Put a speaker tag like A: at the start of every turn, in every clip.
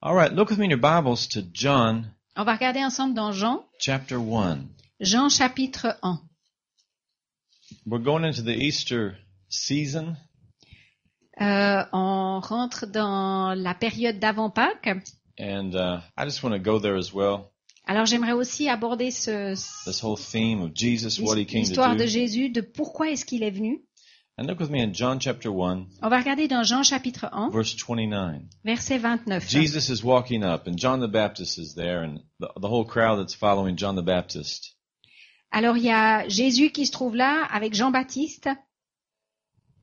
A: All right, look with me in your Bibles to John
B: On va regarder ensemble dans Jean,
A: chapter 1.
B: Jean chapitre 1.
A: We're going into the Easter season,
B: Euh, on rentre dans la période d'avant Pâques.
A: and uh, I just want to go there as well.
B: Alors j'aimerais aussi aborder ce,
A: This whole theme of Jesus, what he came
B: l'histoire
A: to
B: de
A: do.
B: Jésus, de pourquoi est-ce qu'il est venu.
A: And look with me in John chapter 1,
B: On va regarder dans Jean chapitre 1,
A: verse 29.
B: verset 29.
A: Jesus is walking up, and John the Baptist is there, and the, the whole crowd that's following John the Baptist.
B: Alors il y a Jésus qui se trouve là avec Jean-Baptiste.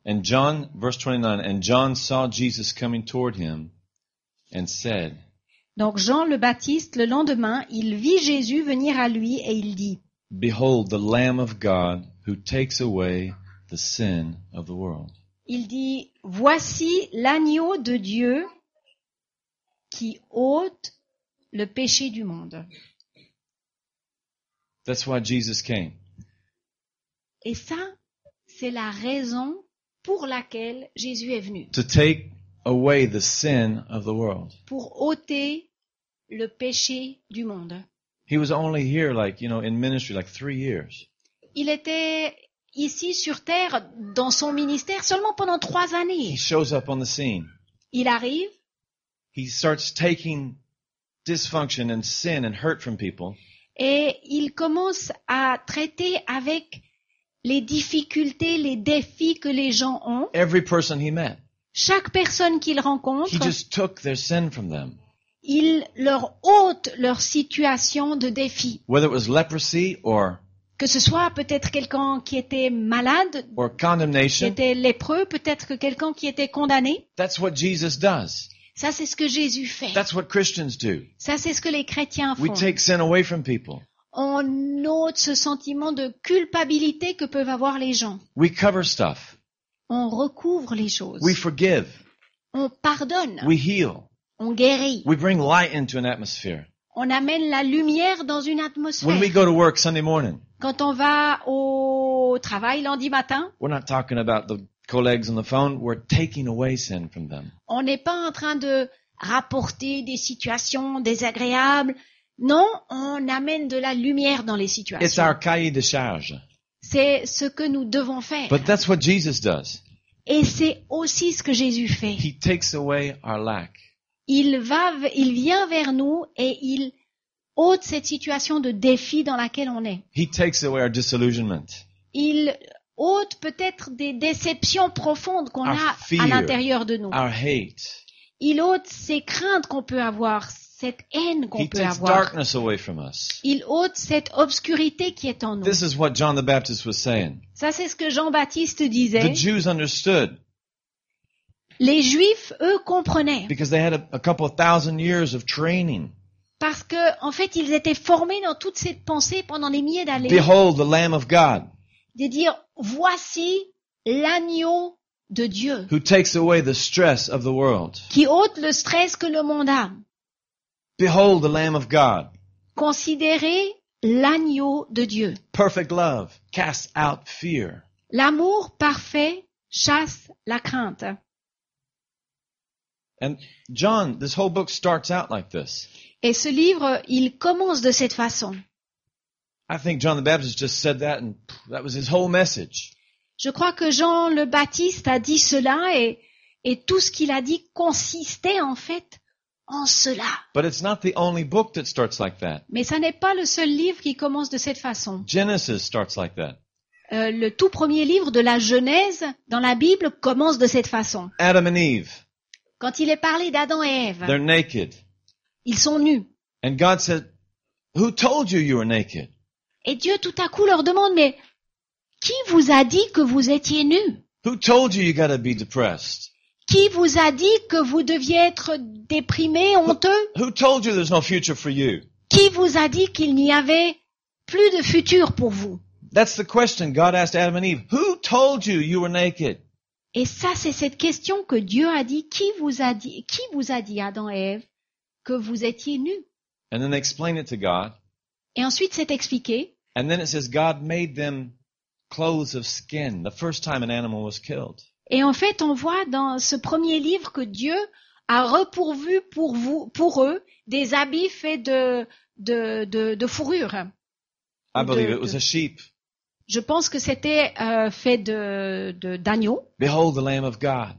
A: And John, verse 29, and John saw Jesus coming toward him and said,
B: Donc Jean le Baptiste, le lendemain, il vit Jésus venir à lui et il dit,
A: Behold, the Lamb of God who takes away the sin of the world.
B: il dit, voici l'agneau de Dieu qui ôte le péché du monde.
A: That's why Jesus came.
B: Et ça, c'est la raison pour laquelle Jésus est venu,
A: to take away the sin of the world.
B: pour ôter le péché du monde.
A: He was only here, like, you know, in ministry, like three years.
B: Il était ici sur terre dans son ministère seulement pendant trois
A: He
B: années.
A: shows up on the scene.
B: Il arrive,
A: He starts taking dysfunction and sin and hurt from people,
B: Et il commence à traiter avec les difficultés, les défis que les gens ont.
A: every person he met.
B: Chaque personne qu'il rencontre,
A: He just took their sin from them.
B: il leur ôte leur situation de défi.
A: Whether it was leprosy or,
B: Que ce soit peut-être quelqu'un qui était malade,
A: or
B: qui
A: condemnation,
B: était lépreux, peut-être que quelqu'un qui était condamné.
A: that's what Jesus does.
B: Ça, c'est ce que Jésus fait.
A: That's what Christians do.
B: Ça, c'est ce que les chrétiens
A: We
B: font.
A: take sin away from people.
B: On ôte ce sentiment de culpabilité que peuvent avoir les gens.
A: We cover stuff.
B: On recouvre les choses.
A: We forgive.
B: On pardonne.
A: We heal.
B: On guérit.
A: We bring light into an atmosphere.
B: On amène la lumière dans une
A: When
B: atmosphère.
A: we go to work Sunday morning,
B: Quand on va au travail lundi matin,
A: We're not talking about the colleagues on the phone. We're taking away sin from them.
B: on n'est pas en train de rapporter des situations désagréables. Non, on amène de la lumière dans les
A: It's
B: situations.
A: our cahier de charge.
B: C'est ce que nous devons faire.
A: But that's what Jesus does.
B: Et c'est aussi ce que Jésus fait.
A: He takes away our lack.
B: Il va, v- il vient vers nous et il ôte cette situation de défi dans laquelle on est.
A: He takes away our disillusionment.
B: Il ôte peut-être des déceptions profondes qu'on
A: Our
B: a
A: fear.
B: à l'intérieur de nous.
A: Our hate.
B: Il ôte ces craintes qu'on peut avoir, cette haine qu'on
A: He
B: peut
A: takes
B: avoir.
A: darkness away from us.
B: Il ôte cette obscurité qui est en nous.
A: This is what John the Baptist was saying.
B: Ça, c'est ce que Jean-Baptiste
A: The
B: disait.
A: Jews understood
B: Les Juifs, eux, comprenaient.
A: because they had a, a couple of thousand years of training.
B: Parce que, en fait, ils étaient formés dans toute cette pensée pendant des milliers d'années.
A: Behold the Lamb of God
B: De dire, voici l'agneau de Dieu
A: who takes away the stress of the world.
B: qui ôte le stress que le monde a.
A: Behold the Lamb of God.
B: Considérez l'agneau de Dieu.
A: Perfect love casts out fear.
B: L'amour parfait chasse la crainte.
A: And John, this whole book starts out like this.
B: Et ce livre, il commence de cette façon.
A: I think John the Baptist just said that, and that was his whole message.
B: Je crois que Jean le Baptiste a dit cela et, et tout ce qu'il a dit consistait en fait en cela.
A: But it's not the only book that starts like that.
B: Mais ça n'est pas le seul livre qui commence de cette façon.
A: Genesis starts like that.
B: Euh, le tout premier livre de la Genèse dans la Bible commence de cette façon.
A: Adam and Eve,
B: Quand il est parlé d'Adam et Ève,
A: they're naked.
B: ils sont nus.
A: And God said, Who told you you were naked?
B: Et Dieu tout à coup leur demande, mais qui vous a dit que vous étiez nus
A: Who told you you gotta be depressed?
B: Qui vous a dit que vous deviez être déprimés, honteux
A: Who told you there's no future for you?
B: Qui vous a dit qu'il n'y avait plus de futur pour vous
A: That's the question God asked Adam and Eve. Who told you you were naked?
B: Et ça, c'est cette question que Dieu a dit. Qui vous a dit, qui vous a dit, Adam et Ève, que vous étiez nus
A: And then they explain it to God.
B: Et ensuite, c'est expliqué.
A: And then it says God made them clothes of skin the first time an animal was killed.
B: Et en fait, on voit dans ce premier livre que Dieu a repourvu pour vous, pour eux, des habits faits de, de, de, de fourrure.
A: I
B: de-
A: believe it was
B: de-
A: a sheep.
B: Je pense que c'était euh, fait de de- d'agneaux.
A: Behold the Lamb of God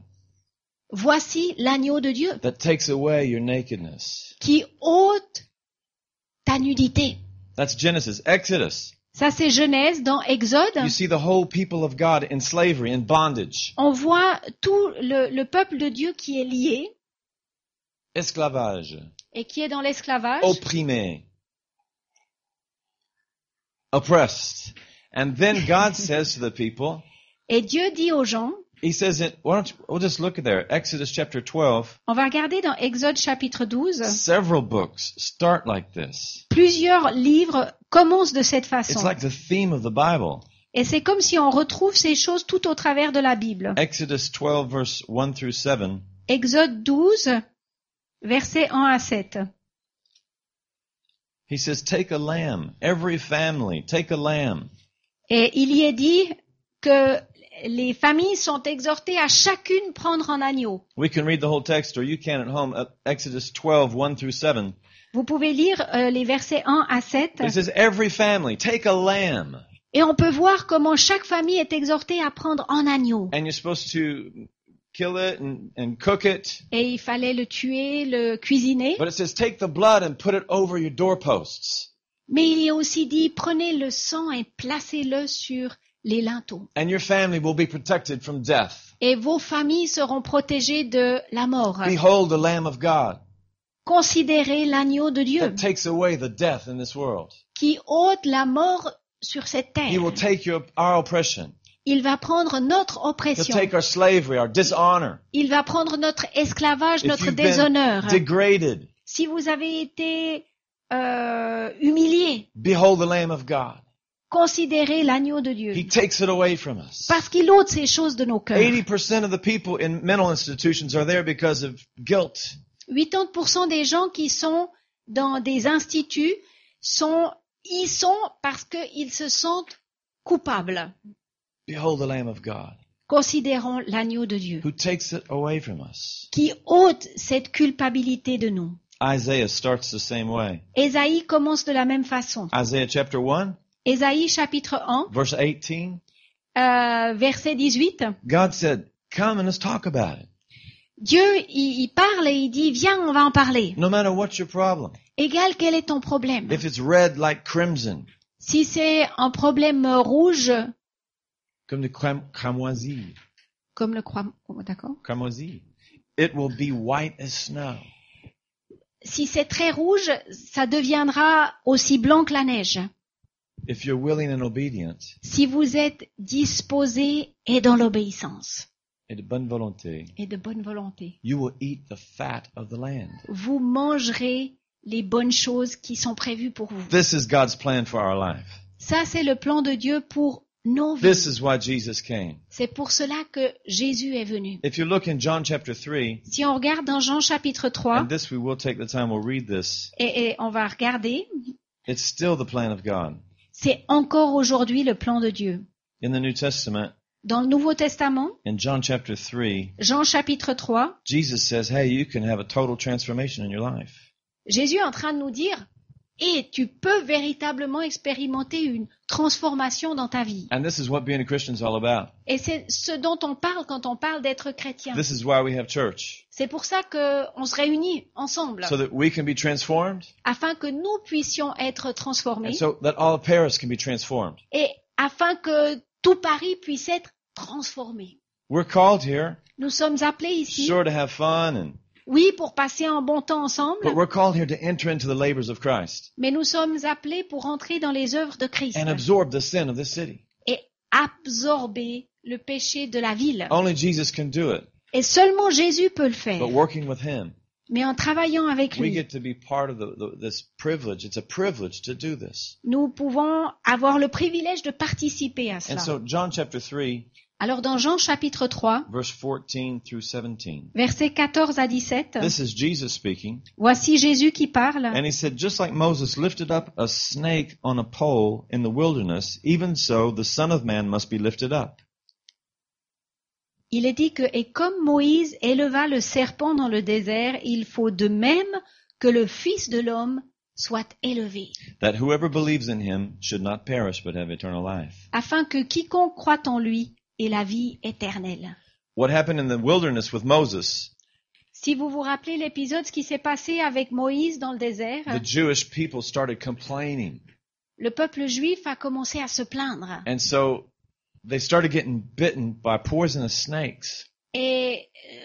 B: Voici l'agneau de Dieu
A: that takes away your nakedness.
B: qui ôte ta nudité.
A: That's Genesis. Exodus.
B: Ça, c'est Genèse dans Exode.
A: You see the whole people of God in slavery, in bondage.
B: On voit tout le, le peuple de Dieu qui est lié
A: Esclavage.
B: et qui est dans l'esclavage,
A: Opprimé. Oppressed. And then God says to the people,
B: et Dieu dit aux gens,
A: He says it, why don't you, we'll just look at there. Exodus chapter 12.
B: on va regarder dans Exode chapitre 12,
A: Several books start like this.
B: plusieurs livres commencent de cette
A: It's
B: façon.
A: like the theme of the Bible.
B: Et c'est comme si on retrouve ces choses tout au travers de la Bible.
A: Exodus 12 verse 1 through 7.
B: Exode 12, versets 1 à 7.
A: He says, take a lamb. Every family, take a lamb.
B: Et il y est dit que les familles sont exhortées à chacune prendre un agneau.
A: We can read the whole text or you can at home. Uh, Exodus 12, 1 through 7.
B: Vous pouvez lire euh, les versets 1 à 7.
A: But It says, every family, take a lamb.
B: Et on peut voir comment chaque famille est exhortée à prendre un agneau.
A: And you're supposed to kill it and, and cook it.
B: Et il fallait le tuer, le cuisiner.
A: But it says, take the blood and put it over your doorposts.
B: Mais il y est aussi dit, prenez le sang et placez-le sur les linteaux.
A: And your family will be protected from death.
B: Et vos familles seront protégées de la mort.
A: Behold the Lamb of God
B: Considérez l'agneau de Dieu
A: that takes away the death in this world.
B: qui ôte la mort sur cette
A: He
B: terre.
A: will take your, our oppression.
B: Il va prendre notre
A: He'll
B: oppression.
A: take our slavery, our dishonor.
B: Il va prendre notre esclavage,
A: If
B: notre
A: you've been
B: déshonneur.
A: degraded,
B: Si vous avez été euh, humilié,
A: behold the Lamb of God.
B: considérez l'agneau de Dieu.
A: He takes it away from us.
B: Parce qu'il ôte ces choses de nos cœurs.
A: 80% of the people in mental institutions are there because of guilt.
B: 80% des gens qui sont dans des instituts sont, y sont parce qu'ils se sentent coupables.
A: Behold the Lamb of God
B: Considérons l'agneau de Dieu
A: who takes it away from us.
B: qui ôte cette culpabilité de nous.
A: Isaiah starts the same way.
B: Ésaïe commence de la même façon.
A: Isaiah chapter 1,
B: Ésaïe chapitre
A: verse 18.
B: 1, euh, verset 18.
A: God said, Come and let's talk about it.
B: Dieu, il, il parle et il dit, viens, on va en parler.
A: No matter what's your problem.
B: Égal, quel est ton problème
A: If it's red like crimson,
B: Si c'est un problème rouge,
A: comme the cram- cramoisi,
B: comme le croit... oh, D'accord.
A: cramoisi, it will be white as snow.
B: Si c'est très rouge, ça deviendra aussi blanc que la neige.
A: If you're willing and obedient,
B: Si vous êtes disposé et dans l'obéissance
A: et de bonne volonté,
B: et de bonne volonté,
A: you will eat the fat of the land.
B: vous mangerez les bonnes choses qui sont prévues pour vous.
A: This is God's plan for our life.
B: Ça, c'est le plan de Dieu pour nos vies.
A: This is why Jesus came.
B: C'est pour cela que Jésus est venu.
A: If you look in John chapter 3,
B: Si on regarde dans Jean chapitre 3,
A: and this we will take the time, we'll read this.
B: et, et on va regarder,
A: It's still the plan of God.
B: c'est encore aujourd'hui le plan de Dieu.
A: In the New Testament,
B: Dans le Nouveau Testament,
A: in John chapter 3,
B: Jean chapitre 3,
A: Jesus says, hey, you can have a total transformation in your life.
B: Jésus est en train de nous dire, et tu peux véritablement expérimenter une transformation dans ta vie.
A: And this is what being a Christian is all about.
B: Et c'est ce dont on parle quand on parle d'être chrétien.
A: This is why we have church.
B: C'est pour ça qu'on se réunit ensemble,
A: So that we can be transformed,
B: afin que nous puissions être
A: and
B: transformés,
A: so that all of Paris can be transformed.
B: et afin que tout Paris puisse être transformé.
A: We're called here,
B: Nous sommes appelés ici,
A: sure to have fun, and,
B: oui, pour passer un bon temps
A: but
B: ensemble,
A: we're called here to enter into the labors of Christ.
B: mais nous sommes appelés pour entrer dans les œuvres de Christ
A: and absorb the sin of this city.
B: et absorber le péché de la ville.
A: Only Jesus can do it,
B: Et seulement Jésus peut le faire.
A: Oh. but working with Him,
B: Mais en travaillant avec
A: we
B: lui,
A: get to be part of the, the, this privilege. It's a privilege to do this.
B: nous pouvons avoir le privilège de participer à
A: And
B: cela.
A: so, John chapter 3,
B: Alors dans Jean chapitre 3,
A: verse 14 through 17.
B: versets 14 à 17,
A: This is Jesus speaking,
B: voici Jésus qui parle.
A: and he said, Just like Moses lifted up a snake on a pole in the wilderness, even so the Son of Man must be lifted up,
B: il est dit que et comme Moïse éleva le serpent dans le désert, il faut de même que le Fils de l'homme soit élevé,
A: that whoever believes in him should not perish but have eternal life.
B: afin que quiconque croit en lui ait la vie éternelle.
A: What happened in the wilderness with Moses?
B: Si vous vous rappelez l'épisode ce qui s'est passé avec Moïse dans le désert,
A: The Jewish people started complaining.
B: le peuple juif a commencé à se plaindre
A: And so they started getting bitten by poisonous snakes.
B: et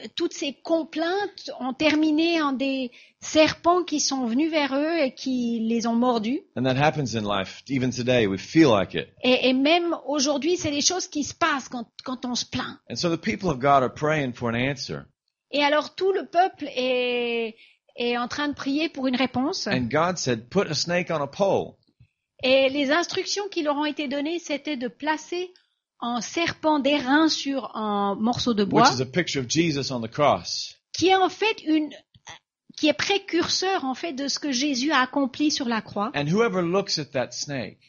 B: euh, toutes ces complaintes ont terminé en des serpents qui sont venus vers eux et qui les ont mordus.
A: And that happens in life. Even today, we feel like it.
B: Et, et même aujourd'hui, c'est des choses qui se passent quand, quand on se plaint.
A: And so the people of God are praying for an answer.
B: Et alors tout le peuple est, est en train de prier pour une réponse.
A: And God said, put a snake on a pole.
B: Et les instructions qui leur ont été données, c'était de placer un serpent d'airain sur un morceau de
A: which
B: bois,
A: is a picture of Jesus on the cross.
B: qui est en fait une qui est précurseur en fait de ce que Jésus a accompli sur la croix.
A: And whoever looks at that snake,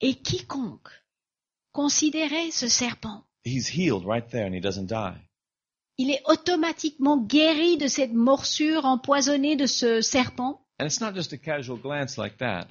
B: Et quiconque considérait ce serpent,
A: he's healed right there and he doesn't die.
B: il est automatiquement guéri de cette morsure empoisonnée de ce serpent.
A: And it's not just a casual glance like that.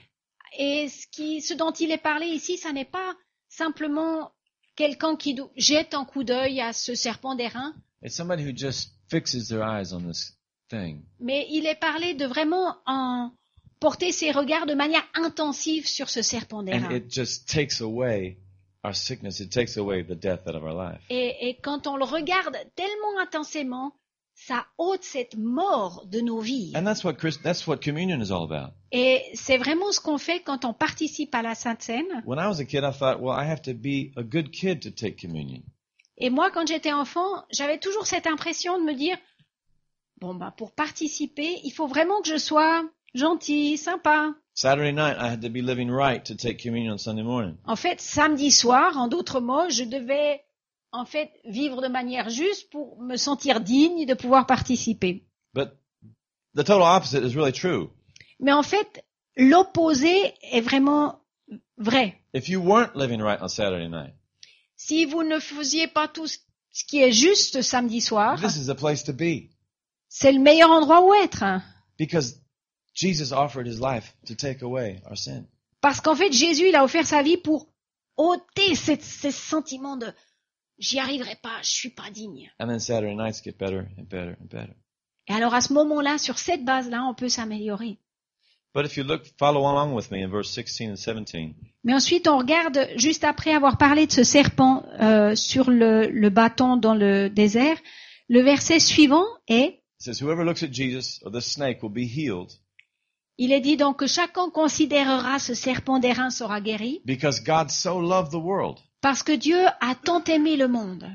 B: Et ce, qui, ce dont il est parlé ici, ça n'est pas simplement quelqu'un qui do- jette un coup d'œil à ce serpent d'airain,
A: It's somebody who just fixes their eyes on this thing.
B: mais il est parlé de vraiment en porter ses regards de manière intensive sur ce serpent
A: And
B: d'airain.
A: it just takes away our sickness. It takes away the death out of our life.
B: Et, et quand on le regarde tellement intensément, ça ôte cette mort de nos vies.
A: And that's what Chris, that's what communion is all about.
B: Et c'est vraiment ce qu'on fait quand on participe à la Sainte Seine.
A: When I was a kid, I thought, well, I have to be a good kid to take communion.
B: Et moi, quand j'étais enfant, j'avais toujours cette impression de me dire, bon, bah, pour participer, il faut vraiment que je sois gentil, sympa.
A: Saturday night, I had to be living right to take communion on Sunday morning.
B: En fait, samedi soir, en d'autres mots, je devais, en fait, vivre de manière juste pour me sentir digne de pouvoir participer.
A: But the total opposite is really true.
B: Mais en fait, l'opposé est vraiment vrai.
A: If you weren't living right on Saturday night,
B: Si vous ne faisiez pas tout ce ce qui est juste samedi soir,
A: this is the place to be
B: c'est le meilleur endroit où être. hein.
A: because Jesus offered his life to take away our sin.
B: Parce qu'en fait, Jésus, il a offert sa vie pour ôter cette- ce sentiment de j'y arriverai pas, je suis pas digne.
A: And then Saturday nights get better and better and better.
B: Et alors à ce moment-là, sur cette base-là, on peut s'améliorer.
A: But if you look, follow along with me in verse 16 and 17.
B: Mais ensuite, on regarde, juste après avoir parlé de ce serpent euh, sur le, le bâton dans le désert, le verset suivant est,
A: It says, whoever looks at Jesus or the snake will be healed
B: il est dit donc que chacun considérera ce serpent d'airain sera guéri,
A: because God so loved the world
B: parce que Dieu a tant aimé le monde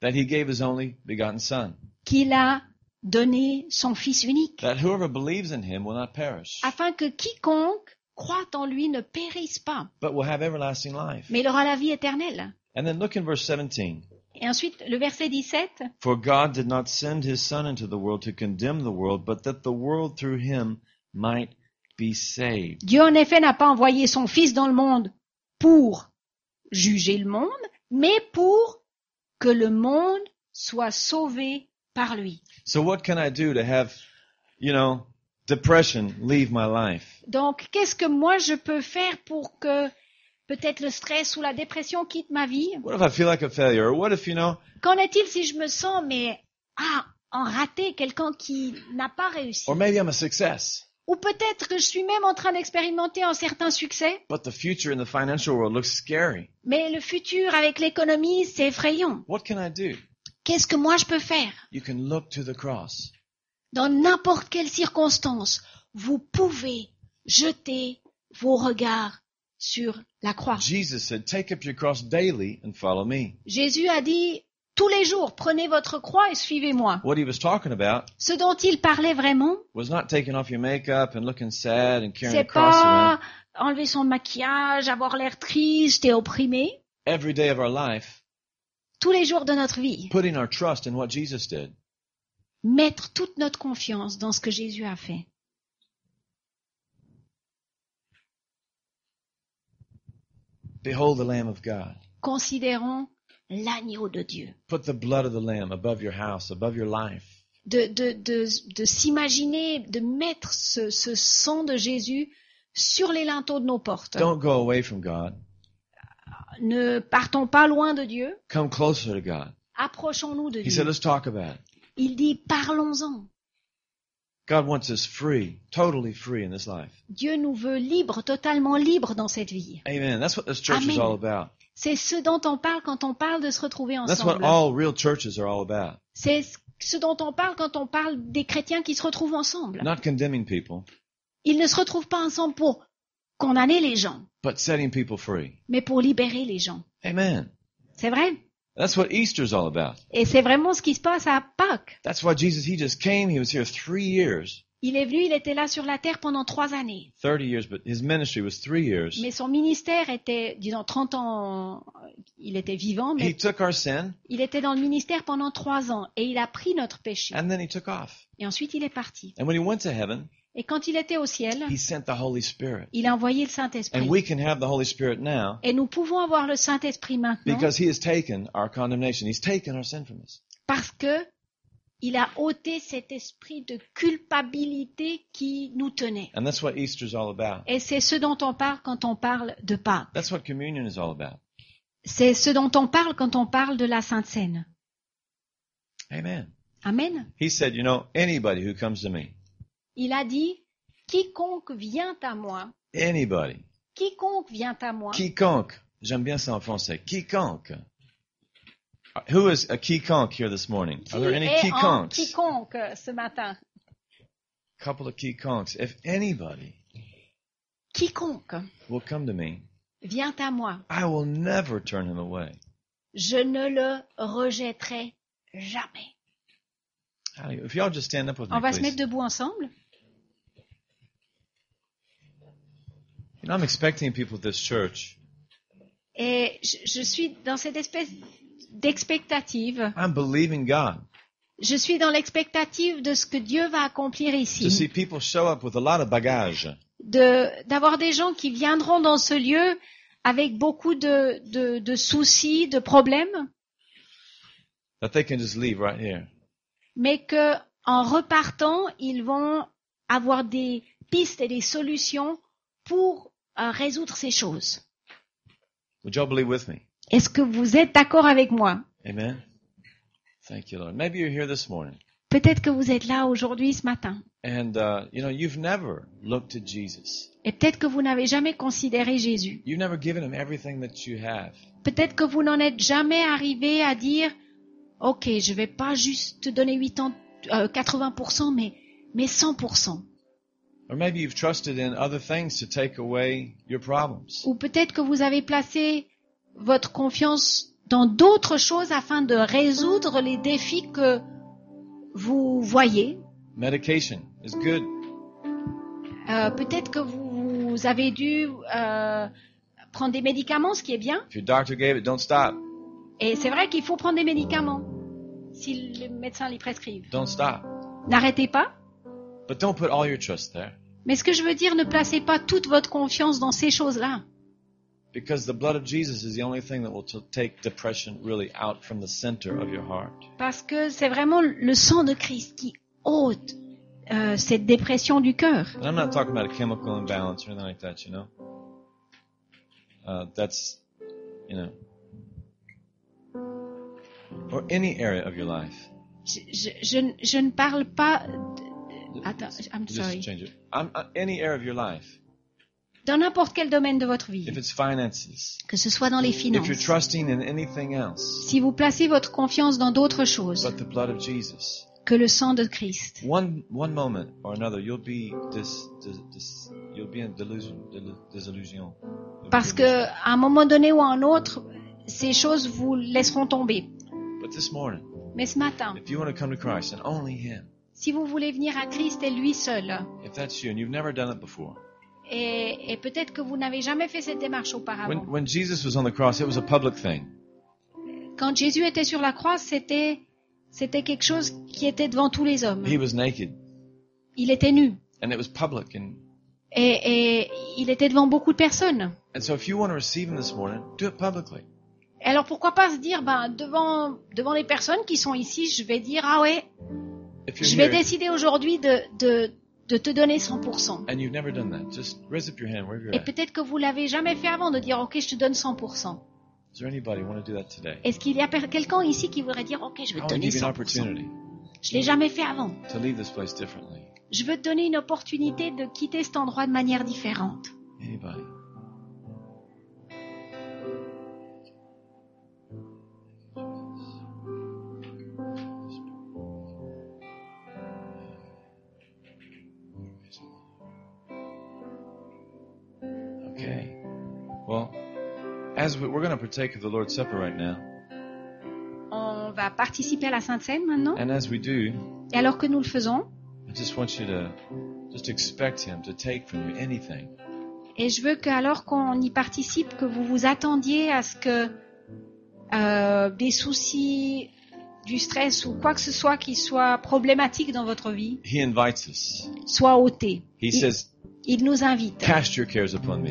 A: that he gave his only begotten son,
B: qu'il a donné son Fils unique.
A: that whoever believes in him will not perish,
B: afin que quiconque croit en lui ne périsse pas,
A: but will have everlasting life.
B: mais il aura la vie éternelle.
A: And then look in verse 17.
B: Et ensuite, le verset 17,
A: For God did not send his Son into the world to condemn the world, but that the world through him might be saved.
B: Dieu en effet n'a pas envoyé son Fils dans le monde pour juger le monde, mais pour que le monde soit sauvé par lui.
A: So what can I do to have, you know, depression leave my life?
B: Donc, qu'est-ce que moi je peux faire pour que peut-être le stress ou la dépression quittent ma vie
A: What if I feel like a failure? Or what if, you know,
B: Qu'en est-il si je me sens, mais, ah, en raté, quelqu'un qui n'a pas réussi
A: or maybe I'm a success,
B: Ou peut-être que je suis même en train d'expérimenter un certain succès,
A: but the future in the financial world looks scary.
B: mais le futur avec l'économie, c'est effrayant.
A: What can I do?
B: Qu'est-ce que moi je peux faire
A: You can look to the cross.
B: Dans n'importe quelle circonstance, vous pouvez jeter vos regards sur la croix.
A: Jesus said, take up your cross daily and follow me.
B: Jésus a dit, tous les jours, prenez votre croix et suivez-moi.
A: What he was talking about
B: Ce dont il parlait vraiment,
A: was not taking off your makeup and looking sad and carrying a
B: c'est
A: cross around.
B: pas enlever son maquillage, avoir l'air triste et opprimé.
A: Every day of our life,
B: Tous les jours de notre vie,
A: putting our trust in what Jesus did.
B: mettre toute notre confiance dans ce que Jésus a fait.
A: Behold the Lamb of God
B: considérons l'agneau de Dieu,
A: Put the blood of the Lamb above your house, above your life.
B: de, de, de, de s'imaginer, de mettre ce, ce sang de Jésus sur les linteaux de nos portes.
A: Don't go away from God.
B: Ne partons pas loin de Dieu,
A: Come closer to God.
B: approchons-nous de
A: He
B: Dieu.
A: said, let's talk about it.
B: Il dit, parlons-en.
A: God wants us free, totally free in this life.
B: Dieu nous veut libres, totalement libres dans cette vie.
A: Amen. That's what this church is
B: Amen.
A: all about.
B: C'est ce dont on parle quand on parle de se retrouver
A: That's what
B: ensemble.
A: all real churches are all about.
B: C'est ce- ce dont on parle quand on parle des chrétiens qui se retrouvent ensemble.
A: Not condemning people,
B: Ils ne se retrouvent pas ensemble pour condamner les gens,
A: but setting people free.
B: mais pour libérer les gens.
A: Amen.
B: C'est vrai
A: That's what Easter's all about.
B: Et c'est vraiment ce qui se passe à Pâques.
A: That's why Jesus, He just came. He was here three years,
B: Il est venu, il était là sur la terre pendant trois années.
A: 30 years, but His ministry was three years.
B: Mais son ministère était, disons, 30 ans, euh, il était vivant,
A: He
B: mais
A: took our sin
B: il était dans le ministère pendant trois ans et il a pris notre péché.
A: and then He took off.
B: Et ensuite, il est parti.
A: And when He went to heaven,
B: Et quand il était au ciel,
A: He sent the Holy Spirit.
B: il a envoyé le
A: And
B: Saint-Esprit.
A: we can have the Holy Spirit now
B: Et nous pouvons avoir le Saint-Esprit maintenant
A: because He has taken our condemnation. He's taken our sin from us.
B: parce que il a ôté cet esprit de culpabilité qui nous tenait.
A: And that's what Easter's all about.
B: Et c'est ce dont on parle quand on parle de Pâques.
A: That's what communion is all about.
B: C'est ce dont on parle quand on parle de la Sainte Seine.
A: Amen.
B: Amen.
A: He said, You know, anybody who comes to me,
B: Il a dit, quiconque vient à moi,
A: anybody,
B: quiconque vient à moi,
A: quiconque, j'aime bien ça en français, quiconque. Who is a quiconque here this morning?
B: qui
A: Are there any
B: est en
A: quiconques?
B: quiconque euh, ce matin,
A: Couple of quiconques. If anybody
B: quiconque
A: will come to me,
B: vient à moi,
A: I will never turn him away.
B: je ne le rejetterai jamais.
A: Hallelujah. If y'all just stand up with me,
B: On va se
A: please.
B: mettre debout ensemble.
A: You know, I'm expecting people at this church.
B: Et je, je suis dans cette espèce d'expectative.
A: I'm believing God
B: Je suis dans l'expectative de ce que Dieu va accomplir
A: to see
B: ici.
A: people show up with a lot of baggage.
B: De- D'avoir des gens qui viendront dans ce lieu avec beaucoup de, de- de soucis, de problèmes,
A: that they can just leave right here.
B: mais que en repartant, ils vont avoir des pistes et des solutions pour euh, résoudre ces choses.
A: Would y'all believe with me?
B: Est-ce que vous êtes d'accord avec moi
A: Amen. Thank you, Lord. Maybe you're here this morning,
B: Peut-être que vous êtes là aujourd'hui, ce matin,
A: and uh, you know you've never looked to Jesus.
B: et peut-être que vous n'avez jamais considéré Jésus.
A: You've never given him everything that you have.
B: Peut-être que vous n'en êtes jamais arrivé à dire OK, je vais pas juste te donner 8 ans, euh, 80%, mais, mais 100%.
A: Or maybe you've trusted in other things to take away your problems.
B: Ou peut-être que vous avez placé votre confiance dans d'autres choses afin de résoudre les défis que vous voyez.
A: Medication is good.
B: Euh, peut-être que vous, vous avez dû euh, prendre des médicaments, ce qui est bien.
A: If your doctor gave it, don't stop.
B: Et c'est vrai qu'il faut prendre des médicaments si le médecin les prescrivent.
A: Don't stop.
B: N'arrêtez pas.
A: But don't put all your trust there
B: Mais ce que je veux dire, ne placez pas toute votre confiance dans ces choses-là.
A: because the blood of Jesus is the only thing that will t- take depression really out from the center of your heart.
B: Parce que c'est vraiment le sang de Christ qui ôte euh, cette dépression du cœur.
A: And I'm not talking about a chemical imbalance or anything like that, you know. Uh, that's, you know, or any area of your life.
B: Je, je, je- je ne parle pas... de- de- Attends, I'm
A: Just
B: sorry.
A: change it. Um, uh, any area of your life.
B: Dans n'importe quel domaine de votre vie,
A: If it's finances,
B: que ce soit dans les
A: if
B: finances,
A: you're trusting in anything else
B: si vous placez votre confiance dans d'autres choses
A: but the blood of Jesus,
B: que le sang de Christ,
A: one one moment or another, you'll be dis, dis, dis- you'll be in delusion, delu- disillusion.
B: parce que à un moment donné ou à un autre, ces choses vous laisseront tomber.
A: But this morning,
B: Mais ce matin,
A: if you want to come to Christ and only Him,
B: si vous voulez venir à Christ et lui seul,
A: if that's you and you've never done it before,
B: Et, et peut-être que vous n'avez jamais fait cette démarche auparavant.
A: When, when Jesus was on the cross, it was a public thing.
B: Quand Jésus était sur la croix, c'était c'était quelque chose qui était devant tous les hommes.
A: He was naked,
B: Il était nu
A: and it was public. And,
B: et, et il était devant beaucoup de personnes.
A: and so, if you want to receive Him this morning, do it publicly.
B: Alors pourquoi pas se dire, ben, devant, devant les personnes qui sont ici, je vais dire, ah ouais,
A: If
B: je
A: you're
B: vais
A: here
B: décider aujourd'hui de, de, de te donner 100%.
A: and you've never done that, just raise up your hand wherever you're
B: Et
A: at.
B: peut-être que vous l'avez jamais fait avant de dire, ok, je te donne 100%.
A: Is there anybody want to do that today?
B: Est-ce qu'il y a per- quelqu'un ici qui voudrait dire, ok, je
A: I
B: vais te
A: want to
B: donner
A: give you an
B: 100%.
A: opportunity
B: Je l'ai jamais fait avant.
A: to leave this place differently.
B: Je veux te donner une opportunité de quitter cet endroit de manière différente.
A: Anybody? Okay. Well, as we, we're going to partake of the Lord's Supper right now,
B: On va participer à la Sainte Seine maintenant.
A: and as we do,
B: Et alors que nous le faisons,
A: I just want you to just expect Him to take from you anything.
B: et je veux que alors qu'on y participe, que vous vous attendiez à ce que euh, des soucis, du stress ou quoi que ce soit qui soit problématique dans votre vie
A: He invites us.
B: soit ôté.
A: He says,
B: Il nous invite.
A: "Cast your cares upon me,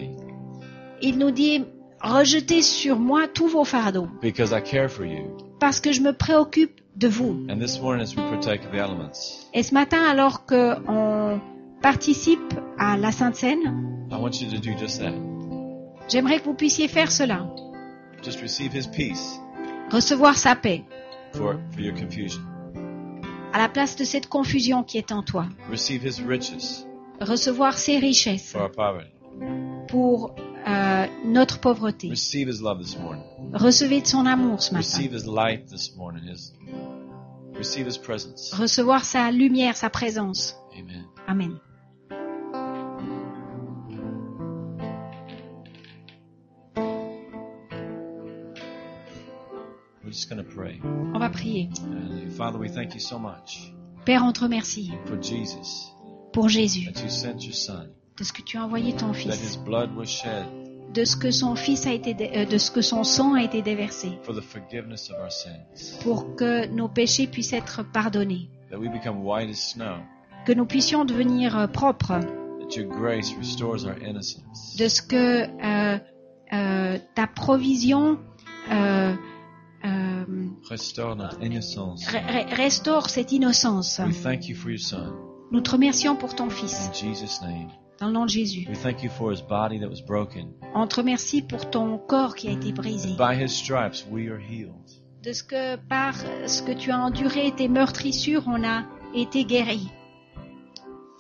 B: Il nous dit rejetez sur moi tous vos fardeaux
A: because I care for you."
B: parce que je me préoccupe de vous.
A: And this morning, as we partake of the elements,
B: Et ce matin, alors que on participe à la Sainte Seine,
A: I want you to do just that.
B: j'aimerais que vous puissiez faire cela,
A: Just receive His peace
B: recevoir sa paix.
A: for, for your confusion.
B: à la place de cette confusion qui est en toi.
A: Receive His riches
B: Recevoir ses richesses
A: for our poverty.
B: pour euh, notre pauvreté.
A: Receive His love this morning.
B: Recevez de son amour ce matin.
A: Receive His light this morning. His receive His presence.
B: Recevoir sa lumière, sa présence.
A: Amen.
B: Amen.
A: We're just going to pray.
B: On va prier.
A: Hallelujah. Father, we thank you so much
B: Père, on te remercie
A: for Jesus
B: pour Jésus,
A: that you sent your Son,
B: de ce que tu as envoyé ton
A: that His
B: Fils,
A: blood was shed
B: de ce que son Fils a été, dé- euh, de ce que son sang a été déversé,
A: for the forgiveness of our sins,
B: pour que nos péchés puissent être pardonnés,
A: that we become white as snow,
B: que nous puissions devenir euh, propres,
A: that your grace restores our innocence.
B: de ce que euh, euh, ta provision euh, euh,
A: Restaure notre innocence.
B: Re- re- restaure cette innocence.
A: We thank you for your Son.
B: Nous te remercions pour ton Fils,
A: In Jesus' name.
B: dans le nom de Jésus.
A: We thank you for his body that was broken.
B: On te remercie pour ton corps qui a été brisé,
A: By his stripes we are healed.
B: de ce que par ce que tu as enduré tes meurtrissures, on a été guéri.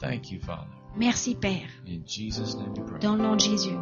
A: Thank you, Father.
B: Merci Père,
A: In Jesus' name we pray.
B: dans le nom de Jésus.